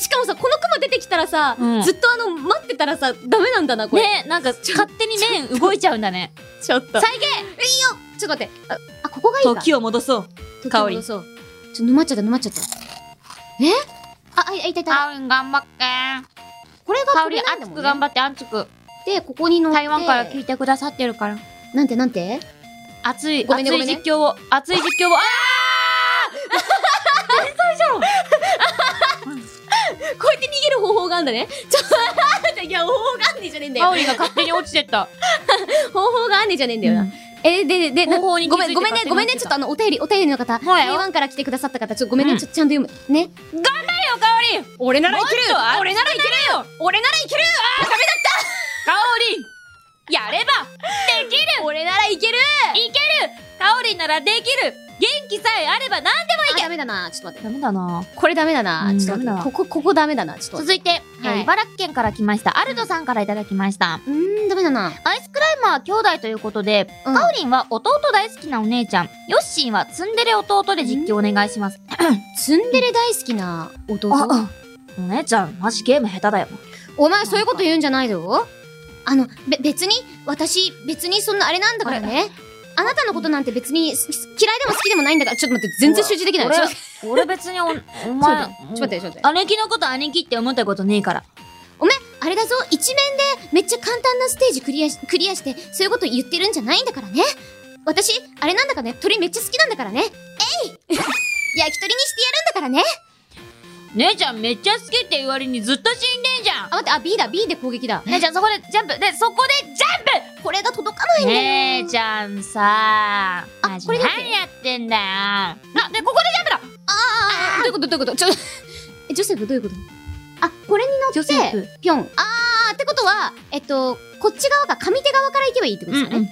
Speaker 2: しかもさ、この雲出てきたらさ、
Speaker 1: うん
Speaker 2: ずっとあの、待ってたらさ、ダメなんだな、これ。
Speaker 1: ね、なんか、勝手に面動いちゃうんだね。
Speaker 2: ちょっと。再現いいよちょっと待って。あ、あここがいいか。
Speaker 1: 時を戻そう。香り
Speaker 2: 時を戻そう。ちょ、沼っちゃった、沼っちゃった。えあ、あ、いたいたいた。
Speaker 1: かおりん頑張って。
Speaker 2: これが
Speaker 1: かお
Speaker 2: こ
Speaker 1: り
Speaker 2: れ
Speaker 1: ん
Speaker 2: なんだ
Speaker 1: 熱
Speaker 2: も
Speaker 1: く
Speaker 2: んね。
Speaker 1: 頑張って、熱く。
Speaker 2: で、ここに乗って。
Speaker 1: 台湾から聞いてくださってるから。
Speaker 2: なんてなんて
Speaker 1: 熱い、
Speaker 2: ごめんね
Speaker 1: 熱い
Speaker 2: ごめんね
Speaker 1: 実況を、熱い実況を、あ
Speaker 2: こうやって逃げる方法があんだね。ちょ、待 *laughs* っていや、方法があんねえじゃねえんだ
Speaker 1: かお
Speaker 2: よ。
Speaker 1: りんが勝手に落ちてった。
Speaker 2: 方法があんねえじゃねえんだよな。えー、で、で、で、な
Speaker 1: 方法に気づ
Speaker 2: ご
Speaker 1: いて
Speaker 2: めん、ごめんね
Speaker 1: 勝、手に
Speaker 2: ごめんね、
Speaker 1: 落
Speaker 2: ち
Speaker 1: ちて
Speaker 2: ょったとあの、お便り、お便りの方、
Speaker 1: ほらよ
Speaker 2: 台湾から来てくださった方、ちょっとごめんね、
Speaker 1: うん
Speaker 2: ちょっとちゃんと読む。ね。頑張れよ、かおり俺ならいける俺ならいけるよ俺ならいける
Speaker 1: かおりんやればできる
Speaker 2: 俺ならいける
Speaker 1: かおりんならできる元気さえあればなんでもい
Speaker 2: あ、ダメだな、ちょっと待って。
Speaker 1: ダメだな
Speaker 2: これダメだな。
Speaker 1: うん
Speaker 2: ちょ
Speaker 1: ダ
Speaker 2: っと
Speaker 1: メだ
Speaker 2: 待って。ここ、ここダメだな。ちょっと待
Speaker 1: 続いて、えー
Speaker 2: はい
Speaker 1: 茨城県から来ました、アルドさんからいただきました。
Speaker 2: って。うーん、ダメだな。
Speaker 1: アイスクライマー兄弟ということで、
Speaker 2: うん
Speaker 1: カオリンは弟大好きなお姉ちゃん、ヨッシーはツンデレ弟で実況お願いします。
Speaker 2: ツンデレ大好きな弟。
Speaker 1: お姉ちゃん、マジゲーム下手だよ。
Speaker 2: お前、そういうこと言うんじゃないぞ。あの、べ、別に、私、別にそんなあれなんだからね。あなたのことなんて別にすす嫌いでも好きでもないんだから、ちょっと待って、全然集中できない。ちょっと待って
Speaker 1: 俺、俺別 *laughs* にお、お
Speaker 2: ちょっと待
Speaker 1: 前、
Speaker 2: って、ちょっと待って、ちょっと待って。
Speaker 1: 姉貴のこと姉貴って思ったことねえから。
Speaker 2: お前、あれだぞ、一面でめっちゃ簡単なステージクリアし、クリアして、そういうこと言ってるんじゃないんだからね。私、あれなんだからね、鳥めっちゃ好きなんだからね。えい *laughs* 焼き鳥にしてやるんだからね。
Speaker 1: 姉ちゃんめっちゃ好きって言われにずっと死んでんじゃん
Speaker 2: あ、待って、あ、B だ、B で攻撃だ。
Speaker 1: 姉ちゃんそこでジャンプで、そこでジャンプ
Speaker 2: これが届かないんだよ。
Speaker 1: 姉ちゃんさ
Speaker 2: あ
Speaker 1: マジ
Speaker 2: これ
Speaker 1: 何
Speaker 2: だっ
Speaker 1: や
Speaker 2: け
Speaker 1: ってんだよなでここ
Speaker 2: どういうことどういうことち *laughs* ょ、え、ジョセフどういうことあ、これに乗
Speaker 1: ジョセ
Speaker 2: って
Speaker 1: フ、
Speaker 2: ぴょん。あー、ってことは、えっと、こっち側か、上手側から行けばいいってことですよね。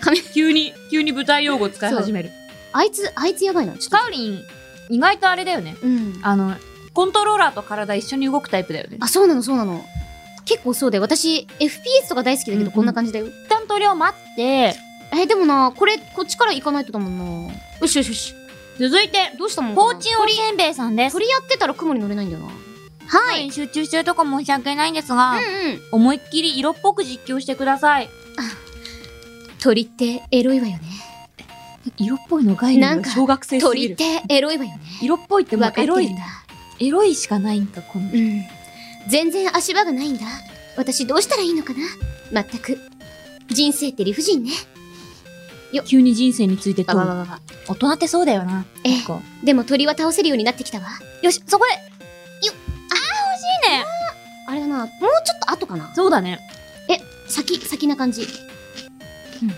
Speaker 1: 髪急に急に舞台用語使い始める
Speaker 2: あいつ、あいつやばいな。ちょっ
Speaker 1: カオリン意外とあれだよね
Speaker 2: と。うん。
Speaker 1: あのコントローラーと体一緒に動くタイプだよね
Speaker 2: あ、そうなの、そうなの。結構そうだよ。私、FPS とか大好きだけ
Speaker 1: うんう
Speaker 2: ど、
Speaker 1: ん
Speaker 2: こんな感じだよ。
Speaker 1: 一旦取りを待って
Speaker 2: え、でもな、これ、こっちから行かないとだもんな。よしよしよし。
Speaker 1: 続いて
Speaker 2: どうしたもんか
Speaker 1: ポ
Speaker 2: な
Speaker 1: ーチンおりせんべいさんです
Speaker 2: 鳥やってたら雲に乗れないんだよな。は
Speaker 1: はい
Speaker 2: い。
Speaker 1: 集中してるとこ申し訳ないんですが、
Speaker 2: うんうん。
Speaker 1: 思いっきり色っぽく実況してください
Speaker 2: 鳥って、エロいわよね。
Speaker 1: 色っぽいの概
Speaker 2: 念
Speaker 1: 念
Speaker 2: が
Speaker 1: が小学生すぎ
Speaker 2: 鳥っ
Speaker 1: る
Speaker 2: て、エロいわよね。
Speaker 1: 色っぽいっても
Speaker 2: わ
Speaker 1: う
Speaker 2: かっ
Speaker 1: エ
Speaker 2: て
Speaker 1: ロ
Speaker 2: る
Speaker 1: い
Speaker 2: んだ。
Speaker 1: エロいしかないんかこの
Speaker 2: うん。全然足場がないんだ。私どうしたらいいのかなまったく。人生って理不尽ね。
Speaker 1: 急に人生について
Speaker 2: わ
Speaker 1: 問
Speaker 2: わ
Speaker 1: う
Speaker 2: わわわ。
Speaker 1: 大人ってそうだよな
Speaker 2: ええ
Speaker 1: なんか
Speaker 2: でも鳥は倒せるようになってきたわ。
Speaker 1: よしそこで
Speaker 2: あれだな、もうちょっと後かな。
Speaker 1: そうだね
Speaker 2: え、先、先な感じ。うん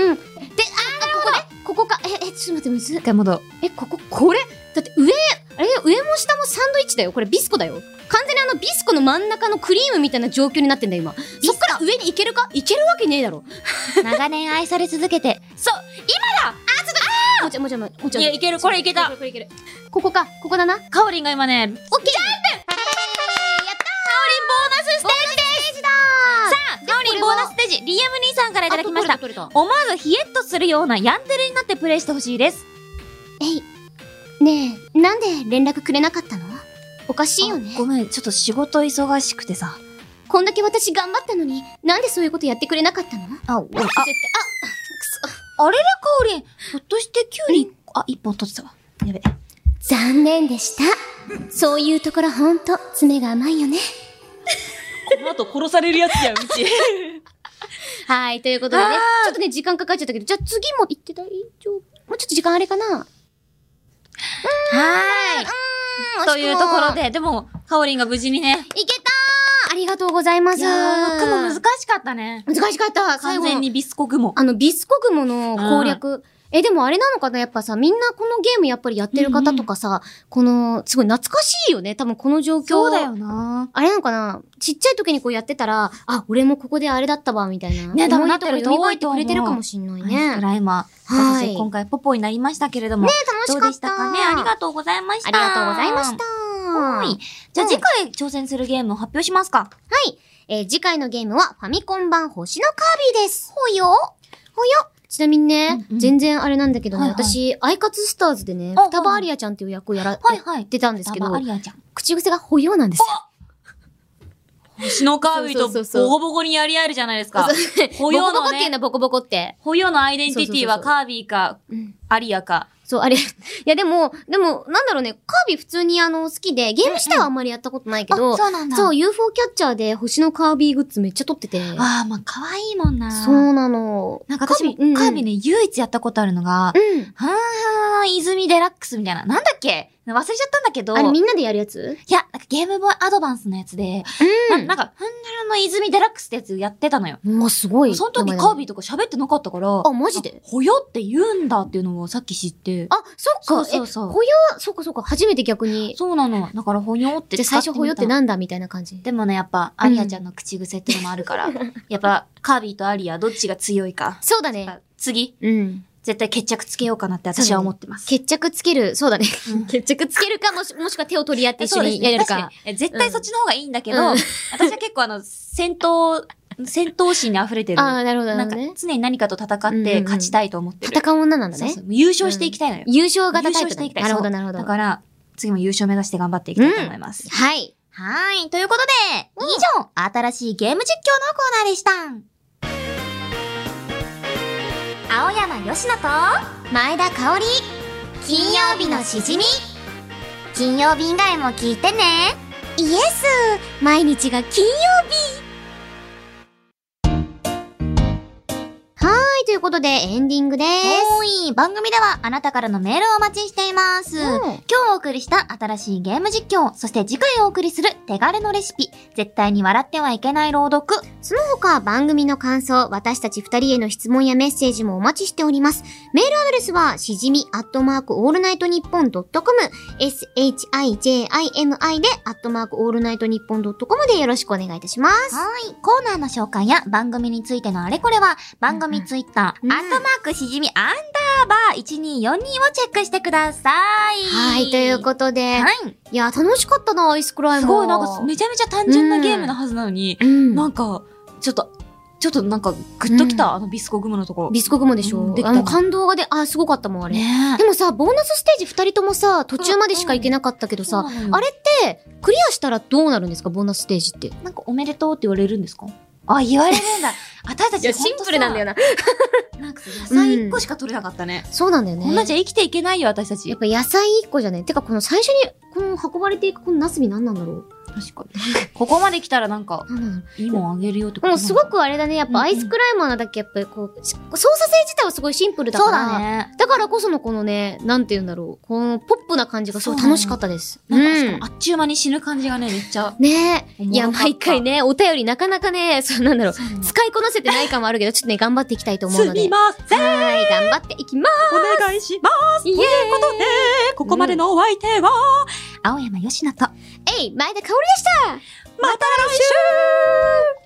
Speaker 2: うんうん。で、あ、あここね、ここか。え、え、ちょっと待って、むず
Speaker 1: 一。回戻ろう。
Speaker 2: え、ここ、これだって上、あれ上も下もサンドイッチだよ。これビスコだよ。完全にあのビスコの真ん中のクリームみたいな状況になってんだよ、今。そっから上に行けるか行けるわけねえだろ。
Speaker 1: 長年愛され続け *laughs* て、
Speaker 2: そう今だあ、すごいもうちょい、もうちょい、もうちょい。
Speaker 1: いやいけるこれいけた
Speaker 2: これこれいける。ここか、ここだな。オッケー
Speaker 1: かおりんが今ね、か
Speaker 2: ステージですさあ
Speaker 1: おりんボーナスステージ、リアム兄さんからいただきました。
Speaker 2: 取れた。
Speaker 1: 思わずヒエッとするようなヤンデレになってプレイしてほしいです。
Speaker 2: ねえ、なんで連絡くれなかったのおかしいよね。
Speaker 1: ごめん、ちょっと仕事忙しくてさ。
Speaker 2: こんだけ私頑張ったのに、なんでそういうことやってくれなかったのあ、
Speaker 1: あ、あ、
Speaker 2: あ、
Speaker 1: あ
Speaker 2: くそ。
Speaker 1: れれかおりん、ひょっとしてキュウリ、あ、一本取ってたわ。やべ。
Speaker 2: 残念でした。そういうところほんと、爪が甘いよね。
Speaker 4: この後殺されるやつやん、う
Speaker 1: *laughs*
Speaker 4: ち。
Speaker 2: はい、ということでね、ちょっとね、時間かかっちゃったけど、じゃあ次も行って大丈夫。もうちょっと時間あれかな
Speaker 1: は
Speaker 2: う
Speaker 1: ー
Speaker 2: ん
Speaker 1: い。というところで、でも、かおりんが無事にね。
Speaker 2: いけたーありがとうございます。
Speaker 1: いやー、雲難し
Speaker 2: 難
Speaker 1: かったね。
Speaker 2: しかった、
Speaker 1: 完
Speaker 2: 最後の
Speaker 1: 全にビスコ雲。
Speaker 2: あの、ビスコ雲の攻略。え、でもあれなのかなやっぱさ、みんなこのゲームやっぱりやってる方とかさ、この、すごい懐かしいよね。多分この状況。
Speaker 1: そうだよな。
Speaker 2: あれなのかなちっちゃい時にこうやってたら、あ、俺もここであれだったわ、みたいな。
Speaker 1: ね多分
Speaker 2: 思い
Speaker 1: なっ
Speaker 2: 出と
Speaker 1: て
Speaker 2: か
Speaker 1: る人多
Speaker 2: 蘇っ
Speaker 1: い
Speaker 2: て
Speaker 1: と
Speaker 2: く
Speaker 1: 思う
Speaker 2: れてるかもしんない
Speaker 1: ね。
Speaker 2: ね。
Speaker 1: フライマー。
Speaker 2: はい
Speaker 1: 私今回ポポになりましたけれども。
Speaker 2: ね楽し
Speaker 1: どう
Speaker 2: かった。
Speaker 1: でしたかねありがとうございました。
Speaker 2: ありがとうございました。
Speaker 1: はい。じゃあ次回挑戦するゲームを発表しますか。
Speaker 2: えー次回のゲームはファミコン版星のカービィです。ほよほよちなみにね、
Speaker 1: うんうん
Speaker 2: 全然あれなんだけど
Speaker 1: は
Speaker 2: ね、
Speaker 1: いはい
Speaker 2: 私、アイカツスターズでね、
Speaker 1: あ
Speaker 2: 双葉アリアちゃんっていう役をやら、
Speaker 1: はいはい
Speaker 2: やってたんですけ
Speaker 1: あ
Speaker 2: ど
Speaker 1: ア、リアちゃん。
Speaker 2: 口癖がほよなんですよ。
Speaker 1: シノカービィと
Speaker 2: そうそうそうそう
Speaker 1: ボコボコにやり合えるじゃないですか。
Speaker 2: ボ *laughs*
Speaker 1: ほ
Speaker 2: コ
Speaker 1: よ
Speaker 2: ボコ
Speaker 1: の
Speaker 2: っていう
Speaker 1: ね、
Speaker 2: のボコボコって。
Speaker 1: ほよのアイデンティティは
Speaker 2: そうそうそうそう
Speaker 1: カービィか
Speaker 2: うん、
Speaker 1: アリアか。
Speaker 2: そう、あれ。い *laughs* や、でも、でも、なんだろうね、カービィ普通にあの、好きで、ゲーム自体はあんまりやったことないけど、
Speaker 1: そうなん
Speaker 2: そう、UFO キャッチャーで星のカービィグッズめっちゃ撮ってて。
Speaker 1: ああ、まあ可愛いもんな。
Speaker 2: そうなの。
Speaker 1: なんか私もカ
Speaker 2: うん
Speaker 1: ービィね、唯一やったことあるのが、
Speaker 2: うん。
Speaker 1: はーん、泉デラックスみたいな。なんだっけ忘れちゃったんだけど、
Speaker 2: あれ
Speaker 1: い
Speaker 2: みんなでやるやつ
Speaker 1: や、なんかゲームボーイアドバンスのやつで、
Speaker 2: う
Speaker 1: ななんか、ふんならの泉デラックスってやつやってたのよ。
Speaker 2: もうすごい。
Speaker 1: その時カー
Speaker 2: ビ
Speaker 1: ビィとか喋ってなかったから、
Speaker 2: あ、マジで
Speaker 1: ほよって言うんだっていうのをさっき知って。
Speaker 2: あ、そっか。
Speaker 1: そうそうそう
Speaker 2: えほよ、そっかそっか。初めて逆に。
Speaker 1: そうなの。だからほよって
Speaker 2: じゃあ
Speaker 1: 使
Speaker 2: 最
Speaker 1: ってみた。
Speaker 2: 初ほよってなんだみたいな感じ。
Speaker 1: でもね、やっぱ、アリアちゃんの口癖ってのもある *laughs* から、やっぱ、カービィとアリアどっちが強いか。
Speaker 2: そうだね。
Speaker 1: 次、
Speaker 2: うん。
Speaker 1: 絶対決着つけようかなって私は思ってます。
Speaker 2: 決着つける。そうだね。
Speaker 1: うん
Speaker 2: *laughs* 決着つけるか、もし、もしくは手を取り合って一緒に
Speaker 1: そう
Speaker 2: や
Speaker 1: ですね
Speaker 2: れるか。
Speaker 1: 確にえ絶対そっちの方がいいんだけど、
Speaker 2: うん
Speaker 1: 私は結構あの、戦闘、戦闘心に溢れてる。
Speaker 2: ああ、なるほど、な
Speaker 1: な
Speaker 2: る
Speaker 1: ん
Speaker 2: ほ
Speaker 1: か
Speaker 2: どね。
Speaker 1: 常に何かと戦
Speaker 2: う
Speaker 1: っ
Speaker 2: んうんう
Speaker 1: て
Speaker 2: ん
Speaker 1: 勝ちたいと思ってる。
Speaker 2: 戦う女なんだ
Speaker 1: そう
Speaker 2: ね
Speaker 1: そう。優勝していきたいのよ。
Speaker 2: 優勝型タ
Speaker 1: 優
Speaker 2: イ
Speaker 1: 勝
Speaker 2: プ
Speaker 1: して
Speaker 2: だ
Speaker 1: い
Speaker 2: ね
Speaker 1: き。たい
Speaker 2: なるほど、なるほ
Speaker 1: だ
Speaker 2: ど。
Speaker 1: から、次も優勝目指して頑張っていきたいと思います。
Speaker 2: はい。
Speaker 1: はい。ということで、以上、新しいゲーム実況のコーナーでした。
Speaker 3: 青山よしのと前田香織金曜日のしじみ金曜日以外も聞いてねイエス毎日が金曜
Speaker 2: はい、ということで、エンディングで
Speaker 1: おーい、番組ではあなたからのメールをお待ちしています。
Speaker 2: す。うん
Speaker 1: 今日お送りした新しいゲーム実況、そして次回お送りする手軽のレシピ、絶対に笑ってはいけない朗読。
Speaker 2: その他、番組の感想、私たち二人への質問やメッセージもお待ちしております。メールアドレスは、しじみアットマークオールナイトニッポンドットコム、shijimi でアットマークオールナイトニッポンドットコムでよろしくお願いいたします。
Speaker 1: はい。コーナーの紹介や番組についてのあれこれは、番組ツイッター、
Speaker 2: う
Speaker 1: アット
Speaker 2: ん
Speaker 1: マークしじみアンダーバー1242をチェックしてください。
Speaker 2: はい、という
Speaker 1: と
Speaker 2: ことで、
Speaker 1: はい。
Speaker 2: いや、楽しかったな、アイスクライム。
Speaker 1: すごい、なんかめちゃめちゃ単純なゲームなはずなのに、
Speaker 2: うん。
Speaker 1: なんか、ちょっと、ちょっとなんかグッときた、あのビスコグムのところ。
Speaker 2: ビスコ雲でし
Speaker 1: う
Speaker 2: ょ
Speaker 1: んできた
Speaker 2: あの、感動がで、あ、すごかったもん、あれ。
Speaker 1: ね
Speaker 2: でもさ、ボーナスステージ二人ともさ、途中までしか行けなかったけどさ、あ
Speaker 1: れ
Speaker 2: れって、クリアしたらどうなるんですかボーナスステージって。
Speaker 1: なんかおめでとうって言われるんですかあ、言われるんだ。私たちよ。
Speaker 2: よな。
Speaker 1: なんかさ野菜1個しか取れなかったね。
Speaker 2: そうなんだよ
Speaker 1: こんなん
Speaker 2: ね。
Speaker 1: じゃ生きていけないよ、私た
Speaker 2: や
Speaker 1: ち
Speaker 2: っ。ぱ野菜一個じゃねてかこの最初に、この運ばれていくこのナスビ何なんだろう
Speaker 7: 確かに。ここまで来たらなんか、
Speaker 2: なんだろう
Speaker 1: いいもんあげるよってこと
Speaker 2: もうすご
Speaker 1: く
Speaker 2: くあれだね、やっぱアイスクライマーなだけやっぱりこう、し操作性自体はすごいシンプルだから。
Speaker 7: ね。
Speaker 2: だからこそのこのね、なんて言うんだろう、このポップな感じがすごい楽しかったです。う
Speaker 1: なんかしか
Speaker 2: ん
Speaker 1: も。あっちゅう間に死ぬ感じがね、めっちゃ。
Speaker 2: ねえ。
Speaker 1: おもろかった
Speaker 2: いや、毎回ね、お便りなかなかね、そうなんだろう、使いこなせてない感もあるけど、ちょっとね、頑張っていきたいと思うので。はい、
Speaker 1: ません
Speaker 2: 頑張っていきま
Speaker 1: お願いしますということで、ここまでのお相手は、青山よしなと、
Speaker 2: す。えい、前田香織でした
Speaker 1: また来週